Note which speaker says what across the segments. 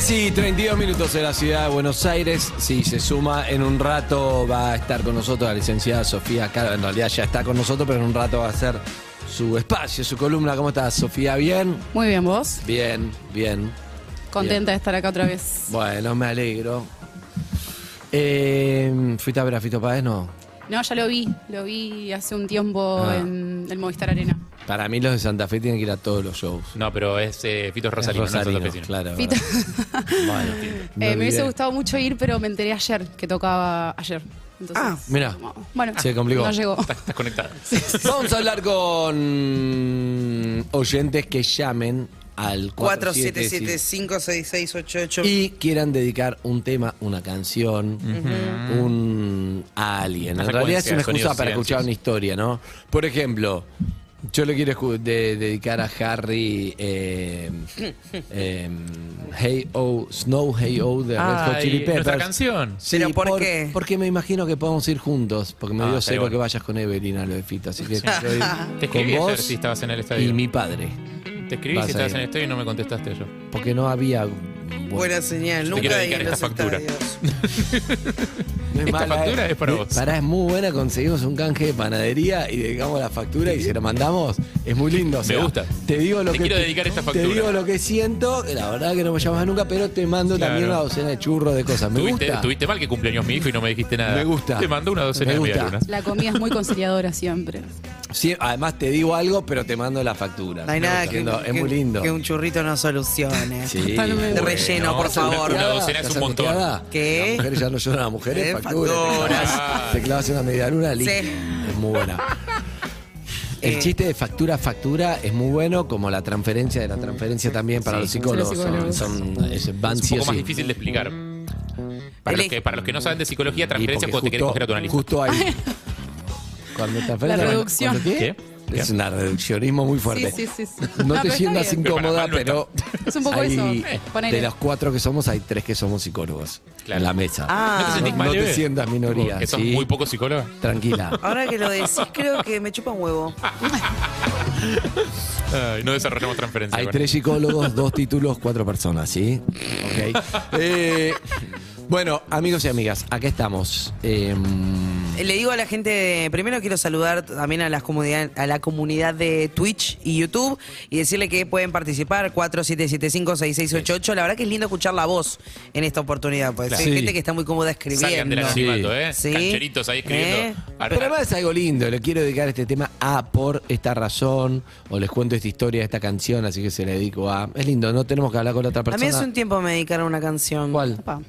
Speaker 1: Sí, 32 minutos en la ciudad de Buenos Aires. Si se suma en un rato, va a estar con nosotros la licenciada Sofía Calvo. En realidad ya está con nosotros, pero en un rato va a ser su espacio, su columna. ¿Cómo estás, Sofía? ¿Bien?
Speaker 2: Muy bien, ¿vos?
Speaker 1: Bien, bien.
Speaker 2: Contenta de estar acá otra vez.
Speaker 1: Bueno, me alegro. Eh, ¿Fuiste a ver a Fito Páez? No.
Speaker 2: No, ya lo vi. Lo vi hace un tiempo
Speaker 1: Ah.
Speaker 2: en el Movistar Arena.
Speaker 1: Para mí los de Santa Fe tienen que ir a todos los shows.
Speaker 3: No, pero es eh, Fito
Speaker 1: Es
Speaker 3: Rosalino,
Speaker 1: Rosalino,
Speaker 3: no es Santafesino.
Speaker 1: claro.
Speaker 2: Fito.
Speaker 1: Bueno,
Speaker 2: Eh, me hubiese
Speaker 1: olvidé.
Speaker 2: gustado mucho ir, pero me enteré ayer que tocaba ayer. Entonces,
Speaker 1: Ah, mirá.
Speaker 2: como, Bueno,
Speaker 1: Se complicó.
Speaker 2: no llegó.
Speaker 3: Estás, estás conectado.
Speaker 1: Vamos a hablar con oyentes que llamen al 477
Speaker 4: 477-566-88.
Speaker 1: y quieran dedicar un tema, una canción, un a alguien.
Speaker 3: Una
Speaker 1: en realidad es una excusa
Speaker 3: secuencia de sonidos,
Speaker 1: para escuchar
Speaker 3: silencios.
Speaker 1: una historia, ¿no? Por ejemplo, yo le quiero escu- de- dedicar a Harry eh, eh, Hey Oh, Snow Hey Oh de Red Hot Chili
Speaker 3: Ay,
Speaker 1: Peppers.
Speaker 3: nuestra canción.
Speaker 1: Sí,
Speaker 4: ¿Pero por qué?
Speaker 1: Porque me imagino que podemos ir juntos, porque me
Speaker 3: Ah,
Speaker 1: dio
Speaker 3: estaría
Speaker 1: cero que
Speaker 3: bueno.
Speaker 1: vayas con Evelyn a lo de Fito, así que
Speaker 3: Sí.
Speaker 1: quiero ir
Speaker 3: Te
Speaker 1: con
Speaker 3: escribí ayer
Speaker 1: vos
Speaker 3: si estabas en el
Speaker 1: y
Speaker 3: estadio.
Speaker 1: mi padre,
Speaker 3: Te escribí
Speaker 1: Vas
Speaker 3: si estabas
Speaker 1: ahí.
Speaker 3: en el estadio y no me contestaste yo.
Speaker 1: porque no había...
Speaker 4: Buena señal,
Speaker 3: quiero
Speaker 4: nunca hay
Speaker 3: dedicar
Speaker 4: en los
Speaker 3: esta factura.
Speaker 4: estadios.
Speaker 1: No es
Speaker 3: Esta factura es para
Speaker 1: ¿eh?
Speaker 3: vos.
Speaker 1: Pará, es muy buena. Conseguimos un canje de panadería y dedicamos la factura y se la mandamos. Es muy lindo. o sea,
Speaker 3: gusta.
Speaker 1: Te digo lo
Speaker 3: Te
Speaker 1: que
Speaker 3: quiero dedicar esta
Speaker 1: Te
Speaker 3: factura.
Speaker 1: digo lo que siento. que La verdad que no me llamas nunca, pero te mando
Speaker 3: Claro.
Speaker 1: también una docena de churros de cosas. Me
Speaker 3: Tuviste,
Speaker 1: gusta.
Speaker 3: tuviste mal que cumpleaños mi hijo y no me dijiste nada.
Speaker 1: Me gusta.
Speaker 3: Te mandó una docena
Speaker 1: Me
Speaker 3: de
Speaker 1: gusta.
Speaker 3: medialunas.
Speaker 2: La comida es muy conciliadora siempre.
Speaker 1: Sí, además te digo algo, pero te mando la factura.
Speaker 4: No hay
Speaker 1: Me
Speaker 4: nada
Speaker 1: gusta.
Speaker 4: que,
Speaker 1: Lindo,
Speaker 4: que-
Speaker 1: es muy lindo.
Speaker 4: que un churrito no solucione.
Speaker 1: Sí.
Speaker 2: Totalmente.
Speaker 4: De relleno, por favor.
Speaker 3: Una docena es
Speaker 1: ¿Estás
Speaker 3: un montón.
Speaker 1: angustiada?
Speaker 4: ¿Qué?
Speaker 1: Las mujeres ya no lloran, las mujeres
Speaker 4: Eh,
Speaker 1: facturas.
Speaker 4: facturas.
Speaker 1: Te clavas- Te clavas una media luna, listo.
Speaker 4: Sí.
Speaker 1: Es muy buena. El
Speaker 4: Eh.
Speaker 1: chiste de factura a factura es muy bueno, como la transferencia de la transferencia también para los psicólogos.
Speaker 2: los psicólogos.
Speaker 1: Son, son- es, van
Speaker 3: Es un
Speaker 1: sí o
Speaker 3: poco más
Speaker 1: sí.
Speaker 3: difícil de explicar.
Speaker 4: Mm.
Speaker 3: Para los,
Speaker 4: Elige.
Speaker 3: que, para los que no saben de psicología,
Speaker 1: Y
Speaker 3: transferencia
Speaker 1: porque
Speaker 3: es cuando te querés coger a tu
Speaker 1: justo,
Speaker 3: analista.
Speaker 1: justo ahí. Cuando transferencia.
Speaker 2: La reducción.
Speaker 1: ¿cuando qué?
Speaker 3: ¿Qué?
Speaker 1: Es un reduccionismo muy fuerte.
Speaker 2: Sí, sí, sí, sí.
Speaker 1: No,
Speaker 2: No,
Speaker 1: te
Speaker 2: pero está
Speaker 1: sientas
Speaker 2: bien.
Speaker 1: incómoda, pero.
Speaker 3: Pero
Speaker 2: Es un poco
Speaker 1: hay-
Speaker 2: eso. Eh, ponele.
Speaker 1: De los cuatro que somos, hay tres que somos psicólogos.
Speaker 3: Claro.
Speaker 1: En la mesa.
Speaker 3: ¿No te
Speaker 4: Ah,
Speaker 3: sentís mal,
Speaker 1: no te
Speaker 3: Eve?
Speaker 1: sientas minoría,
Speaker 3: Que sos
Speaker 1: sí.
Speaker 3: muy poco psicóloga.
Speaker 1: Tranquila.
Speaker 4: ahora que lo decís, creo que me chupa un huevo.
Speaker 3: Ay, no desarrollamos transferencia.
Speaker 1: Hay
Speaker 3: bueno.
Speaker 1: tres psicólogos, dos títulos, cuatro personas, ¿sí? Ok. Eh, bueno, amigos y amigas, acá estamos. Eh,
Speaker 4: Le digo a la gente, primero quiero saludar también a, las comunidad, a la comunidad de Twitch y YouTube y decirle que pueden participar 4775-6688. La verdad que es lindo escuchar la voz en esta oportunidad, porque
Speaker 1: Claro.
Speaker 4: hay
Speaker 1: Sí.
Speaker 4: gente que está muy cómoda
Speaker 3: Salgan del
Speaker 4: escribiendo.
Speaker 1: Sí.
Speaker 3: anonimato, ¿eh?
Speaker 4: Sí.
Speaker 3: Cancheritos ahí escribiendo.
Speaker 4: ¿Eh?
Speaker 3: Ahora-
Speaker 1: pero además es algo lindo, le quiero dedicar este tema a por esta razón, o les cuento esta historia, esta canción, así que se la dedico a... Es lindo, no tenemos que hablar con la otra
Speaker 4: A mí
Speaker 1: persona.
Speaker 4: hace un tiempo me dedicaron una canción.
Speaker 1: ¿Cuál?
Speaker 2: Pa.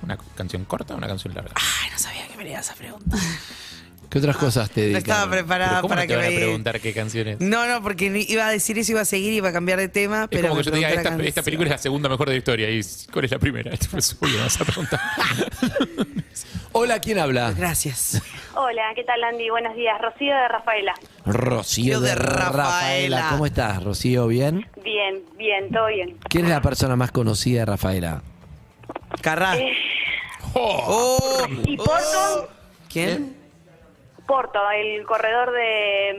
Speaker 3: ¿Una canción corta o una canción larga?
Speaker 4: Ay, Ah, no sabía que me ibas a preguntar.
Speaker 1: ¿Qué otras cosas te
Speaker 4: No
Speaker 1: dedican?
Speaker 4: estaba
Speaker 3: ¿Pero
Speaker 4: preparada
Speaker 3: ¿Cómo
Speaker 4: para
Speaker 3: no te
Speaker 4: que
Speaker 3: van a
Speaker 4: me
Speaker 3: preguntar qué canción es?
Speaker 4: No, no, porque ni- iba a decir eso, iba a seguir, iba a cambiar de tema,
Speaker 3: Es
Speaker 4: pero
Speaker 3: como
Speaker 4: me
Speaker 3: que yo te diga,
Speaker 4: preguntó la
Speaker 3: esta, esta
Speaker 4: canción.
Speaker 3: película es la segunda mejor de la historia. ¿Y cuál es la primera? Pues, uy, me vas a preguntar.
Speaker 1: Hola, ¿quién habla?
Speaker 4: Gracias.
Speaker 5: Hola, ¿qué tal Andy? Buenos días. Rocío de Rafaela.
Speaker 1: Rocío
Speaker 4: Yo de
Speaker 1: de Rafaela.
Speaker 4: Rafaela.
Speaker 1: ¿Cómo estás, Rocío? ¿Bien?
Speaker 5: Bien, bien, todo bien.
Speaker 1: ¿Quién es la persona más conocida de Rafaela?
Speaker 4: Carrá.
Speaker 3: ¡Oh!
Speaker 4: Oh,
Speaker 5: Y Porto,
Speaker 4: ¿Quién?
Speaker 3: ¿Eh?
Speaker 5: Porto, el corredor de,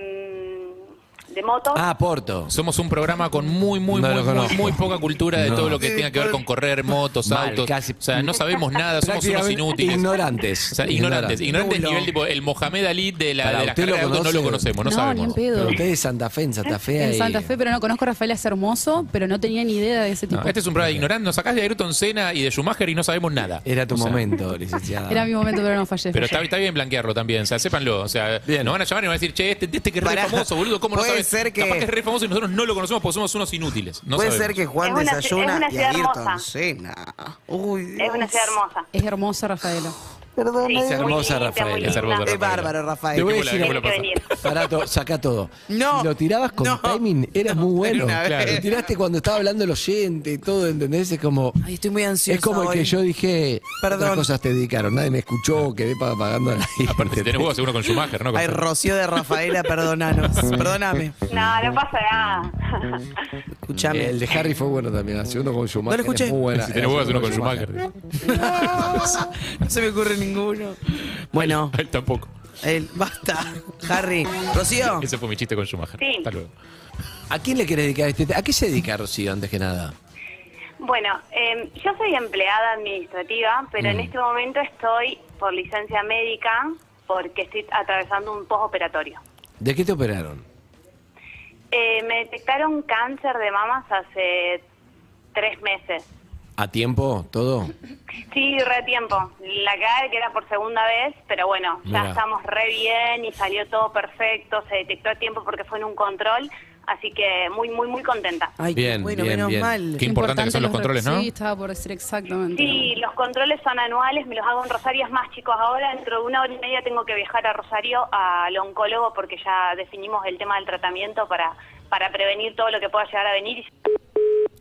Speaker 5: mm, de
Speaker 2: Oh.
Speaker 5: motos.
Speaker 1: Ah, Porto.
Speaker 3: Somos un programa con muy, muy,
Speaker 1: No lo
Speaker 3: muy,
Speaker 1: conozco.
Speaker 3: muy, muy poca cultura de
Speaker 1: No.
Speaker 3: todo lo que tenga que ver con correr, motos,
Speaker 1: Mal,
Speaker 3: autos.
Speaker 1: casi.
Speaker 3: O sea, no sabemos nada, somos unos
Speaker 1: Prácticamente
Speaker 3: inútiles.
Speaker 1: Ignorantes.
Speaker 3: O sea, ignorantes. Ignorantes
Speaker 4: Nulo.
Speaker 3: nivel tipo el Mohamed Ali de, la,
Speaker 1: Para,
Speaker 3: de las
Speaker 1: ¿usted lo
Speaker 3: carreras de autos, no lo
Speaker 1: conoce?
Speaker 3: conocemos, no,
Speaker 2: No, ni en
Speaker 3: sabemos.
Speaker 2: pedo.
Speaker 1: Pero usted es Santa Fe, en Santa Fe.
Speaker 2: En
Speaker 1: hay-
Speaker 2: Santa Fe, pero no conozco a Rafael, es hermoso, pero no tenía ni idea de ese tipo.
Speaker 3: No, este es un programa de ignorantes. Nos sacás de Ayrton Senna y de Schumacher y no sabemos nada.
Speaker 1: Era tu
Speaker 3: O sea,
Speaker 1: momento, licenciada.
Speaker 2: Era mi momento, pero no fallé.
Speaker 3: Pero
Speaker 2: fallé.
Speaker 3: está, está bien blanquearlo también, o sea, sépanlo. O sea,
Speaker 1: Bien.
Speaker 3: nos van a llamar y van a decir, che, este, este que es re
Speaker 4: Pará.
Speaker 3: famoso, boludo, ¿cómo
Speaker 4: Puede
Speaker 3: no sabes?
Speaker 4: ser que-
Speaker 3: Capaz que es re famoso y nosotros no lo conocemos porque somos unos inútiles. No
Speaker 4: Puede
Speaker 3: sabemos.
Speaker 4: ser que Juan
Speaker 5: Es una-
Speaker 4: desayuna
Speaker 5: es una
Speaker 4: y
Speaker 5: ciudad
Speaker 4: Ayrton
Speaker 5: hermosa.
Speaker 4: cena. Uy,
Speaker 5: es una
Speaker 4: Dios.
Speaker 5: ciudad hermosa.
Speaker 2: Es hermoso, Rafaela.
Speaker 6: Perdón,
Speaker 5: Sí,
Speaker 1: Es
Speaker 6: ay,
Speaker 5: muy
Speaker 1: hermosa,
Speaker 5: linda,
Speaker 1: Rafaela.
Speaker 5: muy
Speaker 3: Es hermosa,
Speaker 5: linda.
Speaker 4: Es bárbaro,
Speaker 1: Te
Speaker 4: Rafael.
Speaker 1: voy a
Speaker 3: Dejémosla,
Speaker 1: decir
Speaker 3: dejémosla
Speaker 1: algo.
Speaker 5: Tenés que venir.
Speaker 1: Barato, saca todo.
Speaker 4: No.
Speaker 1: Si lo tirabas con
Speaker 4: No.
Speaker 1: timing, eras muy bueno.
Speaker 4: una vez.
Speaker 3: Claro.
Speaker 1: Lo tiraste cuando estaba hablando el oyente y todo, ¿entendés? Es como.
Speaker 4: Ay, estoy muy ansiosa.
Speaker 1: Es como el
Speaker 4: hoy.
Speaker 1: que yo dije,
Speaker 4: Perdón.
Speaker 1: otras cosas te dedicaron, nadie me escuchó, quedé pa- pagando a nadie.
Speaker 3: Aparte, si tenés huevos, seguro con Schumacher, ¿no? Con-
Speaker 4: Ay, Rocío de Rafaela, perdonanos. Perdóname.
Speaker 5: No, no pasa nada.
Speaker 4: Escuchame.
Speaker 1: El de Harry fue bueno también, hace uno con Schumacher.
Speaker 4: No lo escuché.
Speaker 1: es muy buena.
Speaker 3: si tenés huevos, uno con Schumacher.
Speaker 4: No se me ocurre ninguno. Bueno,
Speaker 3: Él tampoco.
Speaker 4: él, basta. Harry. Rocío.
Speaker 3: Ese fue mi chiste con Schumacher.
Speaker 5: Sí.
Speaker 3: Hasta luego.
Speaker 1: ¿A quién le querés dedicar este te- ¿A qué se dedica Rocío antes que nada?
Speaker 5: Bueno, eh, yo soy empleada administrativa, pero
Speaker 1: Mm.
Speaker 5: en este momento estoy por licencia médica porque estoy atravesando un postoperatorio.
Speaker 1: ¿De qué te operaron?
Speaker 5: Eh, me detectaron cáncer de mamas hace tres meses.
Speaker 1: ¿A tiempo? ¿Todo?
Speaker 5: Sí, re tiempo. La cara que era por segunda vez, pero bueno, ya
Speaker 1: Mirá.
Speaker 5: estamos re bien y salió todo perfecto. Se detectó a tiempo porque fue en un control, así que muy, muy, muy contenta.
Speaker 4: Ay, qué
Speaker 1: Bien,
Speaker 4: bueno,
Speaker 1: bien,
Speaker 4: menos
Speaker 1: bien.
Speaker 4: mal.
Speaker 3: Qué importante que son los
Speaker 2: re-
Speaker 3: controles, ¿no?
Speaker 2: Sí, estaba por decir exactamente.
Speaker 5: Sí, los controles son anuales, me los hago en Rosario, es más chicos ahora, dentro de una hora y media tengo que viajar a Rosario al oncólogo porque ya definimos el tema del tratamiento para, para prevenir todo lo que pueda llegar a venir.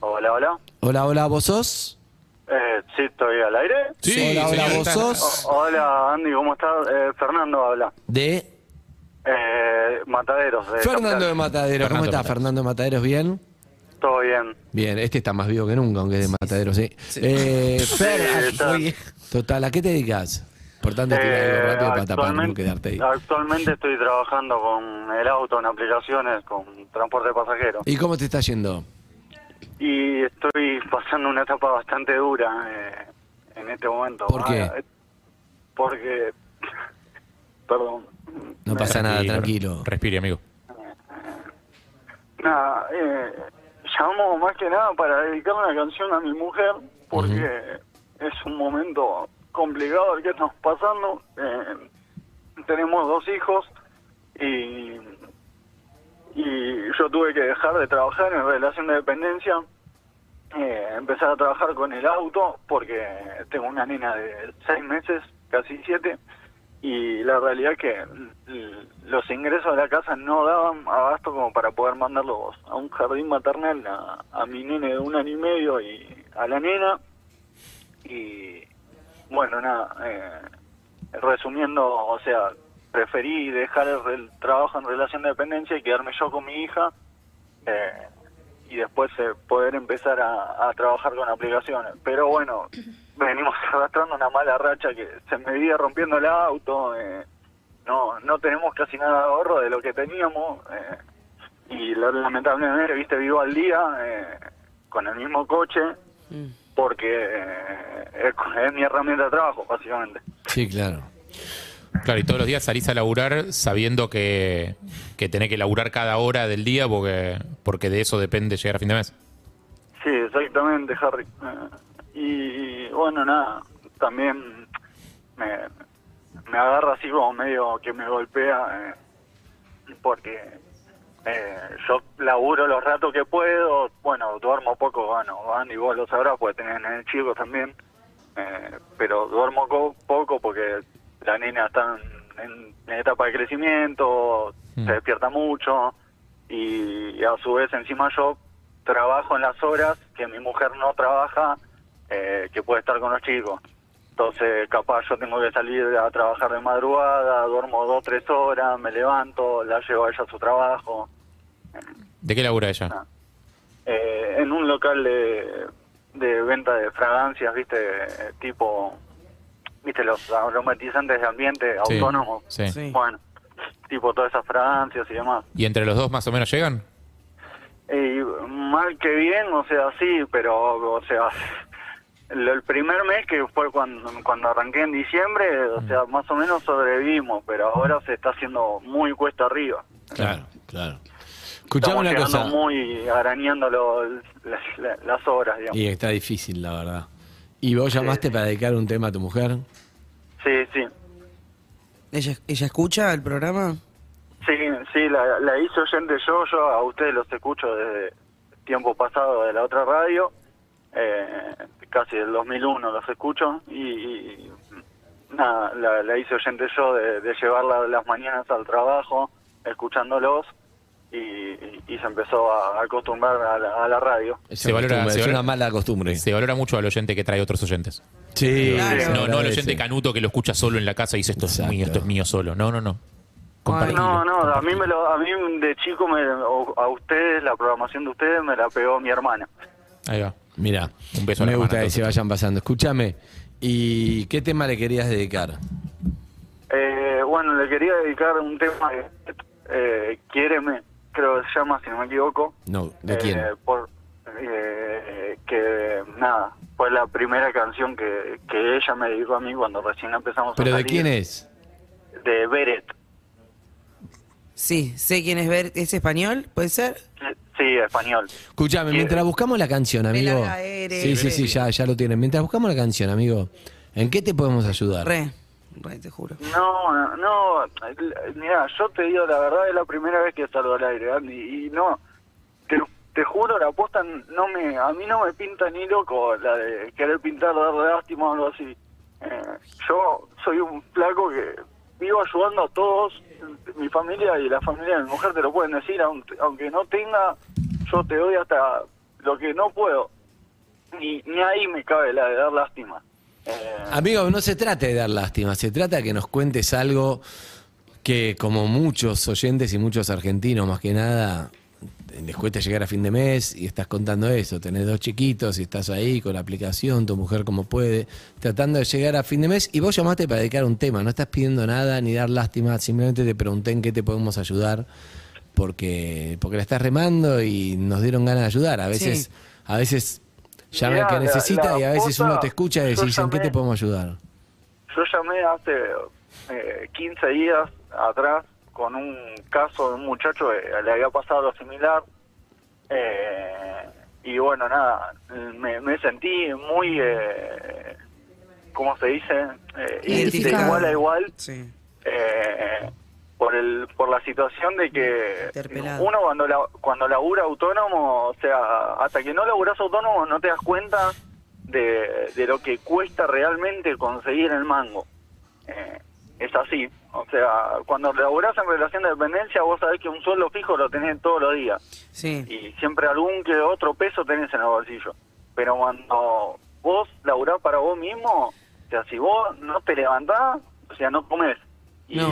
Speaker 7: Hola, hola.
Speaker 1: Hola, hola, ¿vos sos?
Speaker 7: Eh, sí, estoy al aire.
Speaker 1: hola, hola,
Speaker 3: señor,
Speaker 1: ¿vos
Speaker 3: está-
Speaker 1: sos?
Speaker 7: O- hola, Andy, ¿cómo estás? Eh, Fernando habla.
Speaker 1: De...
Speaker 7: Eh, Mataderos. de
Speaker 1: Fernando de
Speaker 7: Capital.
Speaker 1: Mataderos. ¿Cómo
Speaker 3: Fernando
Speaker 1: estás,
Speaker 3: Mataderos.
Speaker 1: Fernando de Mataderos? ¿Bien?
Speaker 7: Todo bien.
Speaker 1: Bien, este está más vivo que nunca, aunque es de Matadero, sí. Eh,
Speaker 7: Eh,
Speaker 1: Fer,
Speaker 7: está-
Speaker 1: oye, total, ¿a qué te dedicas? Importante tirar
Speaker 7: Eh,
Speaker 1: algo rápido para tapar, no
Speaker 7: actualmente, Ah.
Speaker 1: quedarte ahí.
Speaker 7: actualmente estoy trabajando con el auto en aplicaciones, con transporte de pasajeros.
Speaker 1: ¿Y cómo te está yendo?
Speaker 7: Y estoy pasando una etapa bastante dura eh, en este momento.
Speaker 1: ¿Por qué?
Speaker 7: eh, Porque... Perdón.
Speaker 1: No pasa nada,
Speaker 3: Tranquilo,
Speaker 1: tranquilo.
Speaker 3: Respire, amigo.
Speaker 7: Nada, eh, llamo más que nada para dedicar una canción a mi mujer, porque es un momento complicado el que estamos pasando. Eh, tenemos dos hijos y, y yo tuve que dejar de trabajar en relación de dependencia, eh, empezar a trabajar con el auto, porque tengo una nena de seis meses, casi siete, y la realidad es que l- los ingresos de la casa no daban abasto como para poder mandarlos a un jardín maternal a, a mi nene de un año y medio y a la nena. Y bueno, nada, eh, resumiendo, o sea, preferí dejar el, el trabajo en relación de dependencia y quedarme yo con mi hija eh, y después eh, poder empezar a, a trabajar con aplicaciones. Pero bueno, venimos arrastrando una mala racha que se me vive rompiendo el auto, eh, no, no tenemos casi nada de ahorro de lo que teníamos eh, y la- lamentablemente, viste, vivo al día eh, con el mismo coche porque eh, es, es mi herramienta de trabajo, básicamente.
Speaker 1: Sí, claro.
Speaker 3: Claro, y todos los días salís a laburar sabiendo que, que tenés que laburar cada hora del día porque, porque de eso depende llegar a fin de mes.
Speaker 7: Sí, exactamente, Harry. Eh, y, y, bueno, nada, también me, me agarra así como medio que me golpea, eh, porque eh, yo laburo los ratos que puedo, bueno, duermo poco, bueno, Andy, vos lo sabrás, porque tenés nenes chicos también, eh, pero duermo co- poco porque la nena está en, en- en etapa de crecimiento, se despierta mucho, y, a su vez encima yo trabajo en las horas que mi mujer no trabaja, eh, que puede estar con los chicos. Entonces, capaz yo tengo que salir a trabajar de madrugada, duermo dos, tres horas, me levanto, la llevo a ella a su trabajo.
Speaker 3: ¿De qué labura ella?
Speaker 7: Eh, en un local de, de venta de fragancias, viste, Eh, tipo, viste, los aromatizantes de ambiente
Speaker 3: Sí,
Speaker 7: autónomo.
Speaker 3: sí.
Speaker 4: Sí.
Speaker 7: Bueno, tipo todas esas fragancias y demás.
Speaker 3: ¿Y entre los dos más o menos llegan?
Speaker 7: Y mal que bien, o sea, sí, pero, o sea, el, el primer mes que fue cuando, cuando arranqué en diciembre,
Speaker 1: Mm.
Speaker 7: o sea, más o menos sobrevivimos, pero ahora se está haciendo muy cuesta arriba.
Speaker 1: Claro, claro. Escuchame
Speaker 7: Estamos
Speaker 1: una
Speaker 7: quedando
Speaker 1: cosa.
Speaker 7: muy arañando lo- las, la- las horas, digamos.
Speaker 1: Y está difícil, la verdad. ¿Y vos llamaste para dedicar un tema a tu mujer?
Speaker 7: Sí, sí.
Speaker 4: ¿Ella, ella escucha el programa?
Speaker 7: Sí, sí, la, la hice oyente yo, yo a ustedes los escucho desde tiempo pasado de la otra radio, eh, casi del 2001 los escucho y, y- nada, la, la hice oyente yo de, de llevarla las mañanas al trabajo, escuchándolos y, y- y se empezó a acostumbrar a la, a la radio.
Speaker 1: Es
Speaker 3: Se
Speaker 1: una
Speaker 3: valora-
Speaker 1: costumbre,
Speaker 3: se
Speaker 1: es
Speaker 3: valora-
Speaker 1: una mala costumbre.
Speaker 3: Se valora mucho al oyente que trae otros oyentes.
Speaker 1: Sí,
Speaker 4: Claro.
Speaker 1: se
Speaker 3: No, no al
Speaker 1: agradece.
Speaker 3: oyente canuto que lo escucha solo en la casa y dice esto es
Speaker 1: Exacto.
Speaker 3: mío, esto es mío solo. No, no, no. Compartilo,
Speaker 7: No, no, a mí,
Speaker 3: compartilo.
Speaker 7: me lo, a mí de chico, me, o- a ustedes, la programación de ustedes me la pegó mi hermana.
Speaker 3: Ahí va.
Speaker 1: Mira,
Speaker 3: Un beso a
Speaker 1: me
Speaker 3: la
Speaker 1: gusta
Speaker 3: hermana,
Speaker 1: que se
Speaker 3: entonces.
Speaker 1: vayan pasando. Escúchame, ¿y qué tema le querías dedicar?
Speaker 7: Eh, bueno, le quería dedicar un tema de eh, Quiéreme, creo que se llama, si no me equivoco.
Speaker 1: No, ¿de
Speaker 7: Eh,
Speaker 1: quién?
Speaker 7: por, eh, que nada, fue la primera canción que, que ella me dedicó a mí cuando recién empezamos a
Speaker 1: ¿Pero de
Speaker 7: salir.
Speaker 1: quién es?
Speaker 7: De Beret.
Speaker 4: Sí, sé quién es Ver. ¿Es español? ¿Puede ser?
Speaker 7: Sí, español.
Speaker 1: Escúchame,
Speaker 7: ¿Quién?
Speaker 1: mientras buscamos la canción,
Speaker 4: Me
Speaker 1: amigo.
Speaker 4: larga eres.
Speaker 1: Sí, sí, sí, ya, ya lo tienen. Mientras buscamos la canción, amigo, ¿en qué te podemos ayudar?
Speaker 4: Re, re, te juro.
Speaker 7: No, no, mira, yo te digo la verdad, es la primera vez que salgo al aire, Andy, y no, te, te juro, la aposta no me, a mí no me pinta ni loco la de querer pintar, dar lástima o algo así. Eh, yo soy un flaco que vivo ayudando a todos, mi familia y la familia de mi mujer te lo pueden decir, aun- aunque no tenga, yo te doy hasta lo que no puedo. Ni, ni ahí me cabe la de dar lástima. Eh,
Speaker 1: Amigo, no se trata de dar lástima, se trata de que nos cuentes algo que como muchos oyentes y muchos argentinos más que nada les cuesta llegar a fin de mes y estás contando eso, tenés dos chiquitos y estás ahí con la aplicación, tu mujer como puede, tratando de llegar a fin de mes y vos llamaste para dedicar un tema, no estás pidiendo nada ni dar lástima, simplemente te pregunté en qué te podemos ayudar porque porque la estás remando y nos dieron ganas de ayudar, a veces
Speaker 4: Sí.
Speaker 1: a veces llama el
Speaker 7: Mirá,
Speaker 1: que
Speaker 7: la-
Speaker 1: necesita
Speaker 7: la
Speaker 1: y a veces uno
Speaker 7: posta,
Speaker 1: te escucha y
Speaker 7: yo
Speaker 1: decís, ¿en qué te
Speaker 7: llamé-
Speaker 1: podemos ayudar?
Speaker 7: Yo llamé hace eh, 15 días atrás con un caso de un muchacho que le había pasado algo similar. Eh, y bueno, nada, me, me sentí muy, eh, ¿cómo se dice? Eh, de
Speaker 4: Identificado.
Speaker 7: igual a igual
Speaker 4: Sí.
Speaker 7: eh, por el por la situación de que
Speaker 4: Interpelado.
Speaker 7: uno cuando la, cuando labura autónomo, o sea, hasta que no laburas autónomo no te das cuenta de, de lo que cuesta realmente conseguir el mango. Eh, es así. O sea, cuando laburás en relación de dependencia, vos sabés que un sueldo fijo lo tenés todos los días
Speaker 4: Sí.
Speaker 7: y siempre algún que otro peso tenés en el bolsillo. Pero cuando vos laburás para vos mismo, o sea, si vos no te levantás, o sea, no comes. Y,
Speaker 4: No.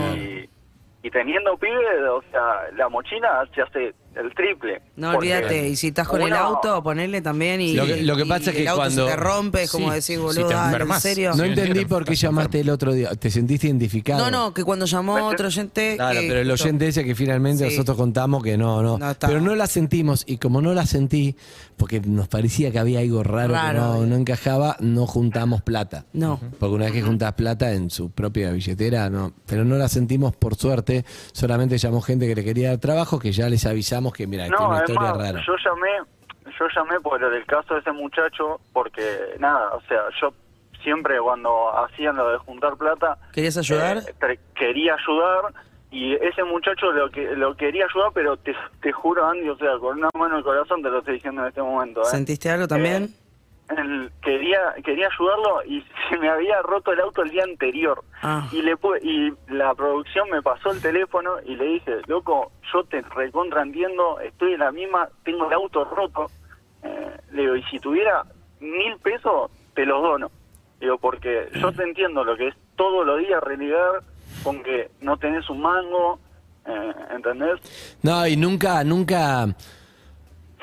Speaker 7: y teniendo pibe, o sea, la mochina se hace el triple.
Speaker 4: No
Speaker 7: Porque
Speaker 4: olvídate, y si estás con el
Speaker 7: uno-
Speaker 4: auto, ponerle también y
Speaker 1: Lo que- lo que pasa
Speaker 4: y
Speaker 1: es que
Speaker 4: el auto
Speaker 1: cuando-
Speaker 4: se te rompe, es como
Speaker 3: Sí,
Speaker 4: decir,
Speaker 3: si
Speaker 4: boludo,
Speaker 3: te
Speaker 4: dale, en
Speaker 3: enfermas.
Speaker 4: serio.
Speaker 1: No
Speaker 3: Sí,
Speaker 1: entendí
Speaker 3: entiendo,
Speaker 1: por qué
Speaker 3: estás
Speaker 1: llamaste el otro día. ¿Te sentiste identificado?
Speaker 4: No, no, que cuando llamó otro oyente.
Speaker 1: Claro,
Speaker 4: que
Speaker 1: pero el
Speaker 4: escuchó.
Speaker 1: oyente ese que finalmente
Speaker 4: Sí.
Speaker 1: nosotros contamos que no, no.
Speaker 4: No está.
Speaker 1: pero no la sentimos y como no la sentí, porque nos parecía que había algo raro,
Speaker 4: Raro,
Speaker 1: que no,
Speaker 4: eh.
Speaker 1: no encajaba, no juntamos plata.
Speaker 4: No.
Speaker 1: Porque una vez que juntas plata en su propia billetera, no. Pero no la sentimos por suerte, solamente llamó gente que le quería dar trabajo, que ya les avisamos que, mira, que es
Speaker 7: No,
Speaker 1: una
Speaker 7: es
Speaker 1: historia
Speaker 7: más,
Speaker 1: rara.
Speaker 7: yo llamé, yo llamé por el caso de ese muchacho, porque nada, o sea, yo siempre cuando hacían lo de juntar plata,
Speaker 4: ¿Querías ayudar?
Speaker 7: Eh, tre- quería ayudar y ese muchacho lo que lo quería ayudar, pero te, te juro, Andy, o sea, con una mano en el corazón te lo estoy diciendo en este momento. ¿eh?
Speaker 4: ¿Sentiste algo también?
Speaker 7: Eh, el- quería quería ayudarlo y se me había roto el auto el día anterior.
Speaker 4: Ah.
Speaker 7: Y le pu- y la producción me pasó el teléfono y le dije, loco, yo te recontra entiendo, estoy en la misma, tengo el auto roto. Eh, le digo, y si tuviera mil pesos, te los dono. Digo, porque yo te entiendo lo que es todos los días religar con que no tenés un mango, eh, ¿entendés?
Speaker 1: No, y nunca, nunca,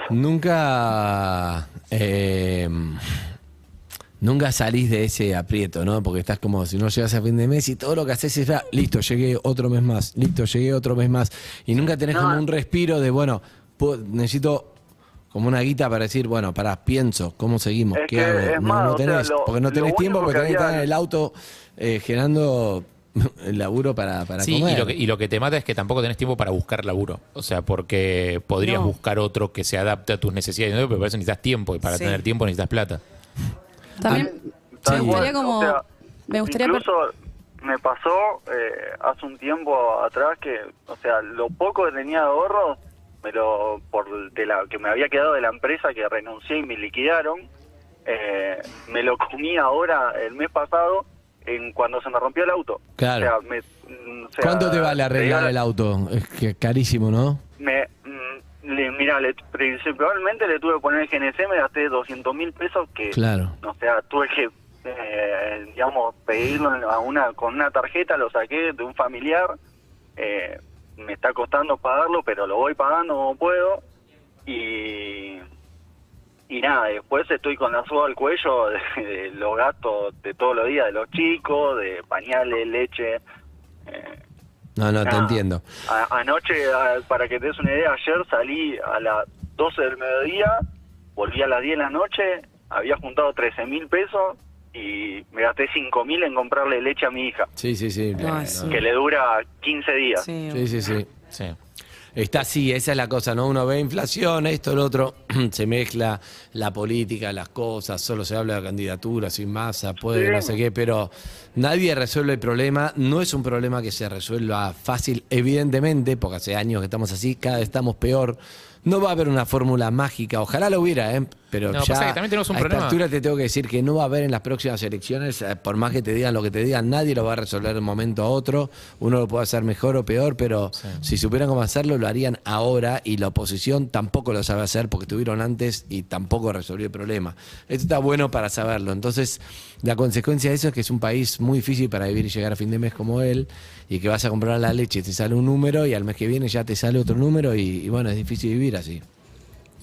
Speaker 1: nunca, eh, nunca salís de ese aprieto, ¿no? Porque estás como, si no llegas a fin de mes y todo lo que haces es, ah, listo, llegué otro mes más, listo, llegué otro mes más. Y nunca tenés
Speaker 7: No.
Speaker 1: como un respiro de, bueno, puedo- necesito como una guita para decir, bueno, pará, pienso, ¿cómo seguimos?
Speaker 7: Es
Speaker 1: ¿Qué
Speaker 7: que,
Speaker 1: hago?
Speaker 7: es
Speaker 1: no,
Speaker 7: más,
Speaker 1: no
Speaker 7: o sea,
Speaker 1: tenés,
Speaker 7: lo-
Speaker 1: porque no
Speaker 7: lo
Speaker 1: tenés
Speaker 7: único
Speaker 1: tiempo, porque
Speaker 7: que
Speaker 1: tenés que estar
Speaker 7: había-
Speaker 1: en el auto eh, generando el laburo para, para
Speaker 3: Sí,
Speaker 1: comer.
Speaker 3: y lo, que, y lo que te mata es que tampoco tenés tiempo para buscar laburo. O sea, porque podrías
Speaker 2: No.
Speaker 3: buscar otro que se adapte a tus necesidades, ¿no? pero para eso necesitas tiempo y para
Speaker 4: Sí.
Speaker 3: tener tiempo necesitas plata. Ah.
Speaker 2: También
Speaker 7: Tal
Speaker 2: me gustaría
Speaker 7: cual,
Speaker 2: como...
Speaker 7: o sea,
Speaker 2: me gustaría... per-
Speaker 7: Incluso me pasó eh, hace un tiempo atrás que, o sea, lo poco que tenía de ahorro, pero por de la que me había quedado de la empresa que renuncié y me liquidaron, eh, me lo comí ahora el mes pasado en cuando se me rompió el auto.
Speaker 1: Claro.
Speaker 7: O sea, me- mm, o sea,
Speaker 1: ¿Cuánto te vale arreglar
Speaker 7: digo,
Speaker 1: el auto? Es que carísimo, ¿no?
Speaker 7: Me, mm, le- mira, le, principalmente le tuve que poner el GNC, me gasté 200 mil pesos que
Speaker 1: Claro.
Speaker 7: o sea, tuve que, eh, digamos, pedirlo en- a una, con una tarjeta, lo saqué de un familiar, eh, me está costando pagarlo, pero lo voy pagando como puedo, y, y nada, después estoy con la soga al cuello de, de los gastos de todos los días, de los chicos, de pañales, leche. eh,
Speaker 1: No, no, te
Speaker 7: nada.
Speaker 1: entiendo.
Speaker 7: A- anoche, a- para que te des una idea, ayer salí a las 12 del mediodía, volví a las 10 de la noche, había juntado 13 mil pesos y me gasté 5 mil en comprarle leche a mi hija,
Speaker 1: Sí, sí, sí.
Speaker 4: No, es un-
Speaker 7: que le dura 15 días.
Speaker 4: Sí.
Speaker 1: Sí, sí, sí.
Speaker 3: Sí.
Speaker 1: Está así, esa es la cosa, ¿no? Uno ve inflación, esto, lo otro, se mezcla la política, las cosas, solo se habla de candidatura, sin masa, puede, no sé qué, pero nadie resuelve el problema, no es un problema que se resuelva fácil, evidentemente, porque hace años que estamos así, cada vez estamos peor, no va a haber una fórmula mágica, ojalá lo hubiera, ¿eh? Pero
Speaker 3: No,
Speaker 1: ya
Speaker 3: pasa que también tenemos un
Speaker 1: a esta
Speaker 3: problema.
Speaker 1: altura te tengo que decir que no va a haber en las próximas elecciones, eh, por más que te digan lo que te digan, nadie lo va a resolver de un momento a otro. Uno lo puede hacer mejor o peor, pero si supieran cómo hacerlo, lo harían ahora y la oposición tampoco lo sabe hacer porque estuvieron antes y tampoco resolvió el problema. Esto está bueno para saberlo. Entonces, la consecuencia de eso es que es un país muy difícil para vivir y llegar a fin de mes como él y que vas a comprar la leche y te sale un número y al mes que viene ya te sale otro número y, y bueno, es difícil vivir así.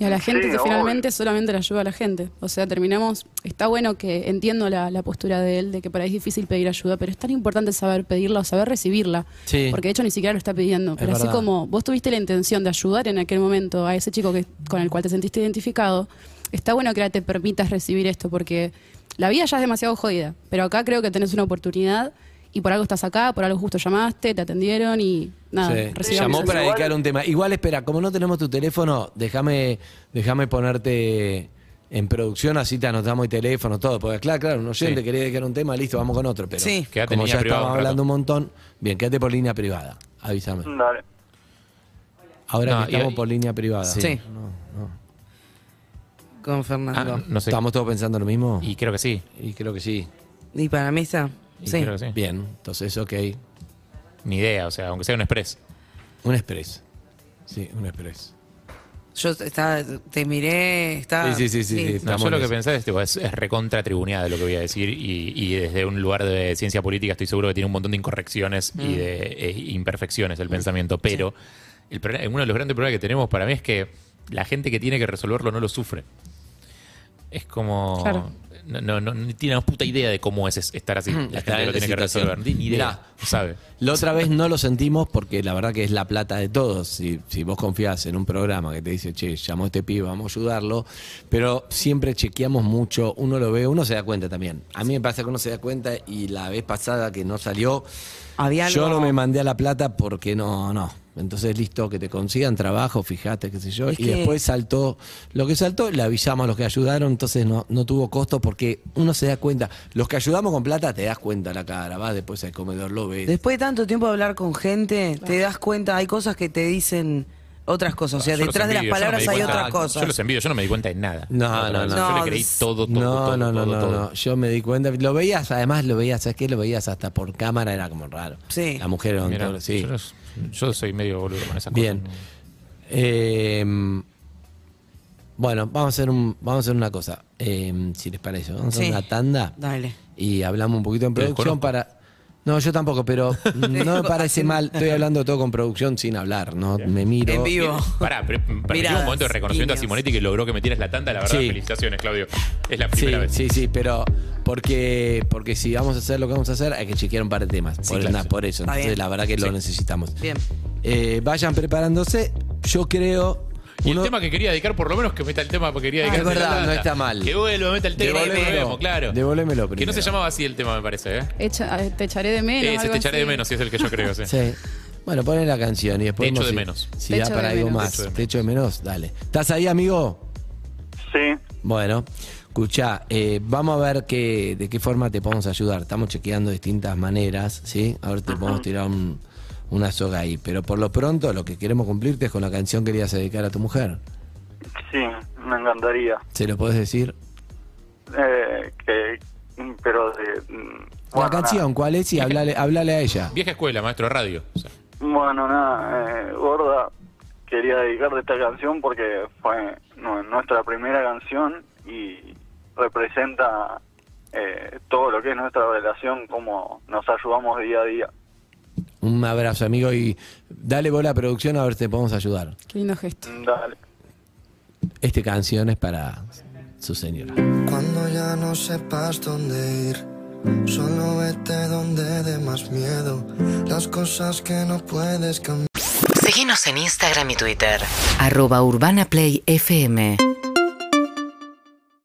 Speaker 2: Y a la gente
Speaker 7: Sí,
Speaker 2: que
Speaker 7: obvio.
Speaker 2: finalmente solamente le ayuda a la gente. O sea, terminamos. Está bueno que entiendo la, la postura de él, de que para él es difícil pedir ayuda, pero es tan importante saber pedirla o saber recibirla.
Speaker 1: Sí.
Speaker 2: Porque de hecho ni siquiera lo está pidiendo. Pero así
Speaker 1: verdad.
Speaker 2: como vos tuviste la intención de ayudar en aquel momento a ese chico que, con el cual te sentiste identificado, está bueno que ahora te permitas recibir esto, porque la vida ya es demasiado jodida. Pero acá creo que tenés una oportunidad y por algo estás acá, por algo justo llamaste, te atendieron y nada.
Speaker 1: Sí, te
Speaker 2: recibamos
Speaker 1: Llamó
Speaker 2: eso.
Speaker 1: para
Speaker 7: Igual-
Speaker 1: dedicar un tema. Igual, espera, como no tenemos tu teléfono, déjame déjame ponerte en producción, así te anotamos el teléfono, todo. Porque, claro, claro, un oyente
Speaker 3: Sí.
Speaker 1: quería dedicar un tema, listo, vamos con otro. Pero
Speaker 4: Sí.
Speaker 3: Quédate en
Speaker 1: como
Speaker 3: línea
Speaker 1: ya
Speaker 3: privada
Speaker 1: estamos
Speaker 3: un rato.
Speaker 1: hablando un montón, bien, quédate por línea privada. Avísame.
Speaker 7: Dale.
Speaker 1: Ahora
Speaker 3: No,
Speaker 1: que estamos
Speaker 3: y-
Speaker 1: por línea privada.
Speaker 4: Sí. Con Fernando.
Speaker 3: Ah, no sé.
Speaker 1: ¿Estamos todos pensando lo mismo?
Speaker 3: Y creo que sí.
Speaker 1: Y creo que sí.
Speaker 4: ¿Y para mesa?
Speaker 3: Y
Speaker 4: Sí.
Speaker 3: creo que sí.
Speaker 1: Bien, entonces, ok.
Speaker 3: Ni idea, o sea, aunque sea un express.
Speaker 1: Un express. Sí, un express.
Speaker 4: Yo estaba, te miré, estaba...
Speaker 1: Sí, sí, sí, sí, sí.
Speaker 3: No,
Speaker 1: Estamos
Speaker 3: yo lo
Speaker 1: en
Speaker 3: que
Speaker 1: eso.
Speaker 3: pensaba es, tipo, es, es recontra tribuneada lo que voy a decir y, y desde un lugar de ciencia política estoy seguro que tiene un montón de incorrecciones
Speaker 4: Mm.
Speaker 3: y de eh, imperfecciones el pensamiento, pero el problema- uno de los grandes problemas que tenemos para mí es que la gente que tiene que resolverlo no lo sufre. Es como...
Speaker 2: Claro.
Speaker 3: No, no, no, ni tiene la puta idea de cómo es es estar
Speaker 4: Mm.
Speaker 3: así. La
Speaker 1: Estar
Speaker 3: gente
Speaker 1: en
Speaker 3: lo
Speaker 1: la
Speaker 3: tiene que
Speaker 1: situación.
Speaker 3: resolver. Ni idea.
Speaker 1: Mirá.
Speaker 3: no sabe.
Speaker 1: La otra vez no lo sentimos porque la verdad que es la plata de todos. Si, si vos confías en un programa que te dice, che, llamó este pibe, vamos a ayudarlo, pero siempre chequeamos mucho, uno lo ve, uno se da cuenta también. A mí me pasa que uno se da cuenta y la vez pasada que no salió,
Speaker 4: Había algo...
Speaker 1: yo no me mandé a la plata porque no, no. Entonces, listo, que te consigan trabajo, fijate, qué sé yo.
Speaker 4: Es
Speaker 1: y
Speaker 4: que-
Speaker 1: después saltó lo que saltó, le avisamos a los que ayudaron, entonces no, no tuvo costo porque uno se da cuenta. Los que ayudamos con plata te das cuenta la cara, vas después al comedor, lo ves.
Speaker 4: Después de tanto tiempo de hablar con gente, te das cuenta, hay cosas que te dicen otras cosas. O sea,
Speaker 3: Ah, Yo los
Speaker 4: detrás de las
Speaker 3: envidio, yo no me
Speaker 4: palabras
Speaker 3: di
Speaker 4: hay
Speaker 3: cuenta-
Speaker 4: otras cosas.
Speaker 3: Yo los envidio, yo no me di cuenta de nada.
Speaker 1: No,
Speaker 3: Otra
Speaker 1: no,
Speaker 3: vez.
Speaker 1: no.
Speaker 3: Yo
Speaker 4: No,
Speaker 3: le creí
Speaker 4: es-
Speaker 3: todo, todo,
Speaker 1: no,
Speaker 3: todo,
Speaker 1: no, no,
Speaker 3: todo,
Speaker 1: no,
Speaker 3: todo.
Speaker 1: no. Yo me di cuenta. Lo veías, además, lo veías, ¿sabes qué? Lo veías hasta por cámara, era como raro.
Speaker 4: Sí.
Speaker 1: La mujer, era un
Speaker 3: Mirá,
Speaker 1: toro, sí.
Speaker 3: yo, los- yo soy medio boludo con esas
Speaker 1: Bien.
Speaker 3: cosas.
Speaker 1: Eh, bueno, vamos a hacer un, vamos a hacer una cosa, eh, si les parece. Vamos a hacer
Speaker 4: Sí.
Speaker 1: una tanda
Speaker 4: Dale.
Speaker 1: y hablamos un poquito en
Speaker 3: Te
Speaker 1: producción
Speaker 3: desconozco.
Speaker 1: para. No, yo tampoco, pero no me
Speaker 4: digo,
Speaker 1: parece
Speaker 4: haciendo-
Speaker 1: mal. Estoy hablando todo con producción sin hablar, ¿no? Me miro.
Speaker 4: En vivo.
Speaker 3: Pará, pero para mí
Speaker 4: Miradas,
Speaker 3: un momento de reconocimiento
Speaker 4: guiños.
Speaker 3: a Simonetti que logró que metieras la tanda, la verdad,
Speaker 1: Sí.
Speaker 3: felicitaciones, Claudio. Es la
Speaker 1: Sí,
Speaker 3: primera vez.
Speaker 1: sí, sí, pero porque, porque si vamos a hacer lo que vamos a hacer, hay que chequear un par de temas.
Speaker 3: Sí,
Speaker 1: por,
Speaker 3: claro,
Speaker 1: nada,
Speaker 3: sí.
Speaker 1: por eso,
Speaker 4: Está
Speaker 1: entonces
Speaker 4: bien.
Speaker 1: la verdad que lo
Speaker 3: Sí.
Speaker 1: necesitamos.
Speaker 4: Bien.
Speaker 1: Eh, vayan preparándose. Yo creo
Speaker 3: Y
Speaker 1: Uno-
Speaker 3: el tema que quería dedicar, por lo menos que meta el tema que quería
Speaker 1: Ah,
Speaker 3: dedicar.
Speaker 1: es verdad,
Speaker 3: Fernanda.
Speaker 1: no está mal.
Speaker 3: Que vuelva, meta el tema.
Speaker 1: Devolvémelo.
Speaker 3: que volvemos, claro.
Speaker 1: Devolvémelo
Speaker 3: Que no
Speaker 1: primero.
Speaker 3: se llamaba así el tema, me parece, ¿eh?
Speaker 2: Echa- eh, te echaré de menos.
Speaker 3: Eh, se
Speaker 2: algo
Speaker 3: te echaré
Speaker 2: así.
Speaker 3: de menos, si es el que yo creo, sí.
Speaker 1: Sí. Bueno, ponen la canción y después
Speaker 3: Techo
Speaker 1: vemos
Speaker 3: de
Speaker 1: si-
Speaker 3: menos.
Speaker 1: Si
Speaker 2: Techo
Speaker 1: da
Speaker 2: de
Speaker 1: para algo
Speaker 2: menos.
Speaker 1: más.
Speaker 3: Techo de menos.
Speaker 1: Techo de menos, dale. ¿Estás ahí, amigo?
Speaker 7: Sí.
Speaker 1: Bueno, escuchá, eh, vamos a ver qué, de qué forma te podemos ayudar. Estamos chequeando distintas maneras, ¿sí? Ahora te podemos tirar un- una soga ahí. Pero por lo pronto, lo que queremos cumplirte es con la canción que le ibas a dedicar a tu mujer.
Speaker 7: Sí, me encantaría.
Speaker 1: ¿Se lo podés decir?
Speaker 7: Eh, que, pero de... mm,
Speaker 1: la
Speaker 7: bueno,
Speaker 1: canción,
Speaker 7: nada.
Speaker 1: ¿cuál es? Y hablale, hablale a ella.
Speaker 3: Vieja escuela, maestro de radio. O sea,
Speaker 7: Bueno, nada, eh, gorda, quería dedicarte esta canción porque fue nu- nuestra primera canción y representa eh, todo lo que es nuestra relación, cómo nos ayudamos día a día.
Speaker 1: Un abrazo, amigo, y dale bola a producción a ver si te podemos ayudar.
Speaker 2: Qué lindo gesto.
Speaker 7: Dale.
Speaker 1: Esta canción es para su señora.
Speaker 6: Cuando ya no sepas dónde ir, solo vete donde dé más miedo. Las cosas que no puedes cambiar.
Speaker 8: Seguinos en Instagram y Twitter.
Speaker 9: arroba urbanaplayfm.